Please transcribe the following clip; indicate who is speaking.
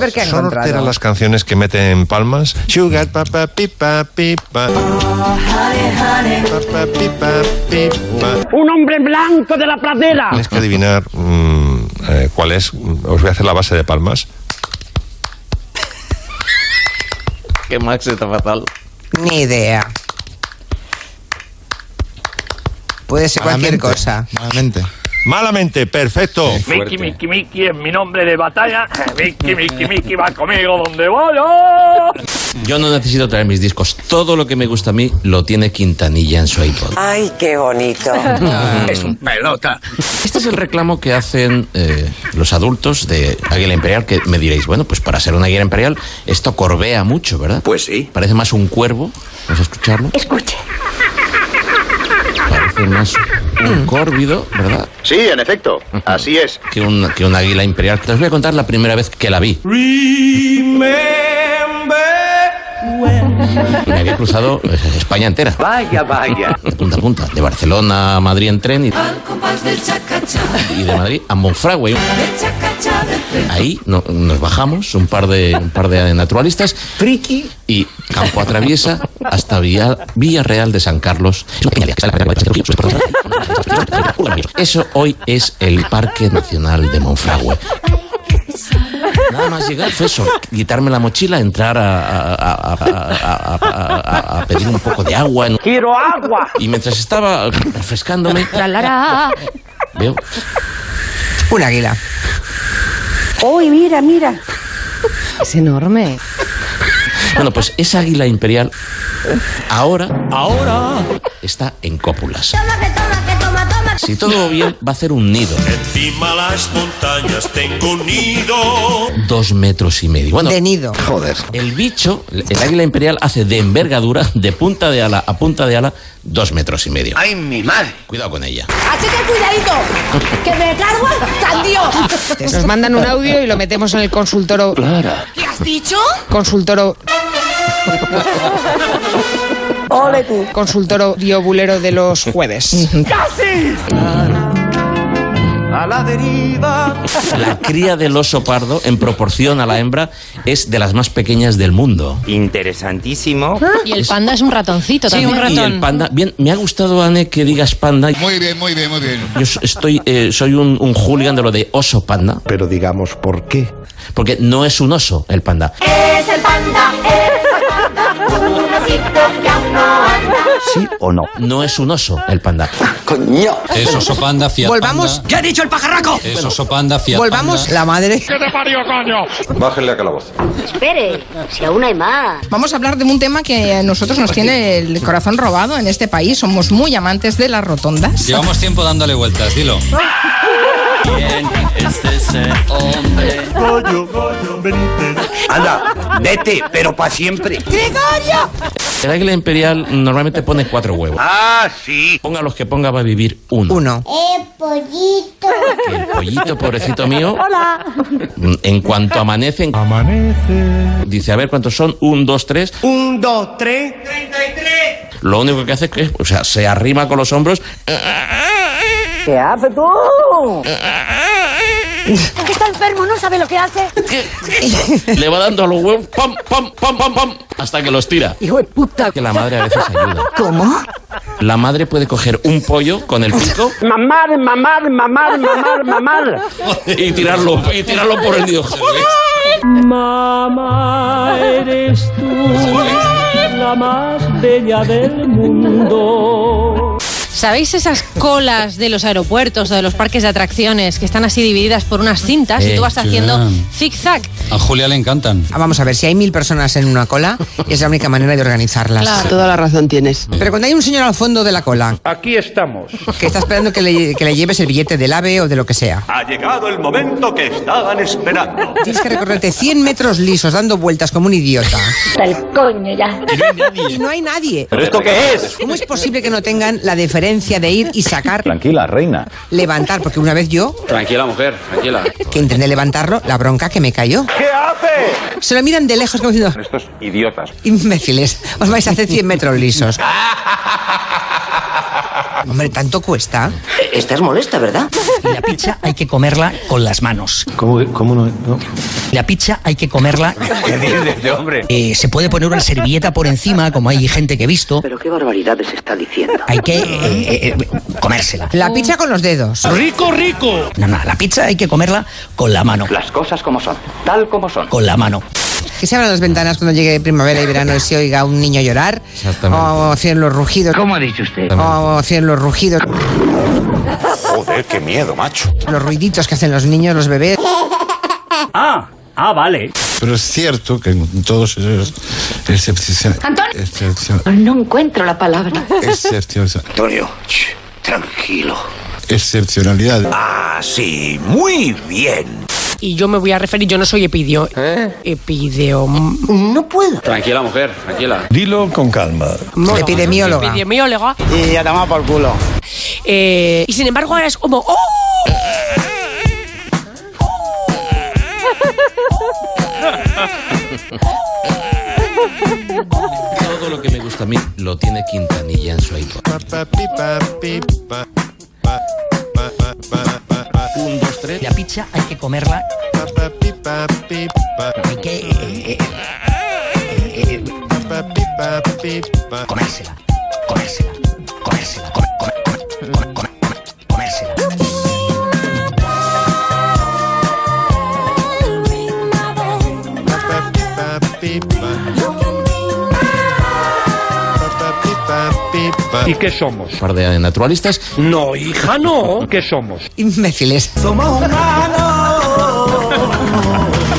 Speaker 1: ver qué ha
Speaker 2: Son
Speaker 1: encontrado.
Speaker 2: horteras las canciones que meten palmas. Sugar, papa, pipa, pipa. Papa, pipa, pipa.
Speaker 3: un hombre blanco de la pradera.
Speaker 2: Tienes que adivinar mm, eh, cuál es. Os voy a hacer la base de palmas.
Speaker 4: Que Max está fatal.
Speaker 1: Ni idea. Puede ser cualquier cosa.
Speaker 5: Malamente.
Speaker 2: Malamente, perfecto.
Speaker 6: Miki, Miki, Miki es mi nombre de batalla. Miki, Miki, Miki va conmigo donde voy.
Speaker 4: Yo no necesito traer mis discos. Todo lo que me gusta a mí lo tiene Quintanilla en su iPod.
Speaker 7: Ay, qué bonito.
Speaker 6: Ah, Es un pelota.
Speaker 4: Este es el reclamo que hacen eh, los adultos de Águila Imperial, que me diréis, bueno, pues para ser una águila imperial esto corbea mucho, ¿verdad?
Speaker 6: Pues sí.
Speaker 4: Parece más un cuervo, vamos a escucharlo. Escuche. Parece más un córvido, ¿verdad?
Speaker 8: Sí, en efecto, así es.
Speaker 4: Que un, que un águila imperial. Te os voy a contar la primera vez que la vi. Me había cruzado eh, España entera.
Speaker 8: Vaya, vaya.
Speaker 4: de punta a punta, de Barcelona a Madrid en tren y, y de Madrid a Monfragüe. Ahí no- nos bajamos un par de un par de naturalistas y campo atraviesa hasta Villa, Villarreal de San Carlos. Eso hoy es el Parque Nacional de Monfragüe. Nada más llegar fue eso, quitarme la mochila, entrar a, a- a- a- a- a- a pedir un poco de agua. en-
Speaker 3: Quiero agua.
Speaker 4: y mientras estaba refrescándome, veo
Speaker 1: Un águila.
Speaker 7: Uy, mira, mira.
Speaker 9: Es enorme.
Speaker 4: Bueno, pues esa águila imperial ahora, ahora está en cópulas. Si todo va bien, va a hacer un nido.
Speaker 2: Encima las montañas tengo un nido.
Speaker 4: Dos metros y medio. Bueno,
Speaker 1: De nido.
Speaker 8: Joder.
Speaker 4: el bicho, el águila imperial, hace de envergadura, de punta de ala a punta de ala, dos metros y medio.
Speaker 8: Ay, mi madre.
Speaker 4: Cuidado con ella.
Speaker 10: Así que cuidadito, que me cargo al tío.
Speaker 9: Nos mandan un audio y lo metemos en el consultoro.
Speaker 10: ¿Qué has dicho?
Speaker 9: Consultoro.
Speaker 7: Ole tú.
Speaker 9: Consultoro diobulero de los jueves.
Speaker 4: La cría del oso pardo, en proporción a la hembra, es de las más pequeñas del mundo.
Speaker 8: Interesantísimo.
Speaker 9: Y el panda es un ratoncito
Speaker 4: Y el panda. Bien, me ha gustado, Anne, que digas panda.
Speaker 5: Muy bien, muy bien, muy bien.
Speaker 4: Yo s- estoy, eh, soy un, un hooligan de lo de oso panda,
Speaker 5: Pero digamos, ¿por qué?
Speaker 4: porque no es un oso el panda.
Speaker 10: Es el panda, es el panda, un osito que aún no anda.
Speaker 8: ¿Sí o no?
Speaker 4: No es un oso el panda.
Speaker 8: Coño.
Speaker 11: Es oso panda, fiat
Speaker 1: Volvamos.
Speaker 11: panda. Es oso panda, fiat
Speaker 1: Volvamos.
Speaker 11: panda.
Speaker 1: La madre.
Speaker 2: Bájenle a calabozo.
Speaker 10: Espere, si aún hay más.
Speaker 9: Vamos a hablar de un tema que a nosotros nos tiene el corazón robado en este país. Somos muy amantes de las rotondas.
Speaker 11: Llevamos tiempo dándole vueltas, dilo.
Speaker 8: Anda, vete, pero para siempre.
Speaker 4: El águila imperial normalmente pone cuatro huevos.
Speaker 8: Ah, sí.
Speaker 4: Ponga los que ponga, va a vivir uno.
Speaker 1: Uno.
Speaker 10: Eh,
Speaker 4: Que el pollito, pobrecito mío. mm, En cuanto amanecen. Amanece. Dice, a ver cuántos son. Un, dos, tres.
Speaker 8: Un, dos, tres.
Speaker 4: Lo único que hace es que, o sea, se arrima con los hombros.
Speaker 7: ¿Qué haces tú?
Speaker 10: Que está enfermo, no sabe lo que hace.
Speaker 4: Le va dando a los huevos. Pam, pam, pam, pam, pam. Hasta que los tira.
Speaker 7: Hijo de puta.
Speaker 4: Que la madre a veces ayuda.
Speaker 7: ¿Cómo?
Speaker 4: La madre puede coger un pollo con el pico
Speaker 3: Mamar, mamar, mamar, mamar, mamar.
Speaker 4: y tirarlo, y tirarlo por el nido.
Speaker 3: Mamá, eres tú la más bella del mundo.
Speaker 9: ¿Sabéis esas colas de los aeropuertos o de los parques de atracciones que están así divididas por unas cintas
Speaker 4: Eh,
Speaker 9: y tú vas haciendo
Speaker 11: chulán.
Speaker 9: zig-zag?
Speaker 11: A Julia le encantan.
Speaker 1: Ah, Vamos a ver, si hay mil personas en una cola, es la única manera de organizarlas.
Speaker 9: Claro.
Speaker 1: Pero cuando hay un señor al fondo de la cola. Aquí estamos. Que está esperando que le, que le lleves el billete del AVE o de lo que sea.
Speaker 8: Ha llegado el momento que estaban esperando.
Speaker 1: Tienes que recorrerte 100 metros lisos dando vueltas como un idiota.
Speaker 10: Hasta el coño ya.
Speaker 1: Y no hay nadie.
Speaker 8: ¿Pero esto qué es?
Speaker 1: ¿Cómo es posible que no tengan la deferencia de ir y sacar,
Speaker 8: Tranquila, reina.
Speaker 1: levantar? Porque una vez yo,
Speaker 4: Tranquila, mujer, tranquila.
Speaker 1: que intenté levantarlo, la bronca que me cayó.
Speaker 8: ¿Qué hace?
Speaker 1: Se lo miran de lejos como diciendo,
Speaker 8: Estos idiotas.
Speaker 1: imbéciles, os vais a hacer 100 metros lisos.
Speaker 9: Hombre, tanto cuesta.
Speaker 8: Estás molesta, ¿verdad?
Speaker 1: La pizza hay que comerla con las manos.
Speaker 12: ¿Cómo, cómo no,
Speaker 1: La pizza hay que comerla.
Speaker 12: ¿Qué dices, hombre?
Speaker 1: Eh, se puede poner una servilleta por encima, como hay gente que he visto.
Speaker 8: Pero qué barbaridades está diciendo.
Speaker 1: Hay que eh, eh, eh, comérsela.
Speaker 9: La pizza con los dedos.
Speaker 1: ¡Rico, rico! No, no, la pizza hay que comerla con la mano.
Speaker 8: Las cosas como son, tal como son.
Speaker 1: Con la mano.
Speaker 9: Que se abran las ventanas cuando llegue primavera y verano y se oiga un niño llorar.
Speaker 8: Exactamente.
Speaker 9: O hacer los rugidos.
Speaker 8: ¿Cómo ha dicho usted?
Speaker 9: O hacer los rugidos.
Speaker 13: Joder, qué miedo, macho.
Speaker 9: Los ruiditos que hacen los niños, los bebés.
Speaker 13: Ah, ah, vale.
Speaker 2: Pero es cierto que en todos esos excepciones.
Speaker 3: No encuentro la palabra.
Speaker 2: Antonio,
Speaker 8: tranquilo.
Speaker 2: Excepcionalidad.
Speaker 8: Así, Ah, muy bien.
Speaker 14: Y yo me voy a referir, yo no soy epidio. Epideo. ¿Eh? No puedo.
Speaker 15: Tranquila, mujer, tranquila.
Speaker 2: Dilo con calma.
Speaker 9: Epidemióloga.
Speaker 14: Epidemióloga.
Speaker 9: Y ya tomado por culo.
Speaker 14: Eh, y sin embargo, ahora es como. ¡Oh!
Speaker 4: Todo lo que me gusta a mí lo tiene Quintanilla en su iPod.
Speaker 1: Un, dos, tres. La pizza hay que comerla. Hay que eh, eh, eh, eh, comérsela, comérsela, comérsela, come- come- come- come- come- come- comérsela.
Speaker 10: ¿Y qué somos?
Speaker 4: Un par de naturalistas.
Speaker 10: No, hija, no. ¿Qué somos?
Speaker 9: Imbéciles.
Speaker 3: Somos humanos.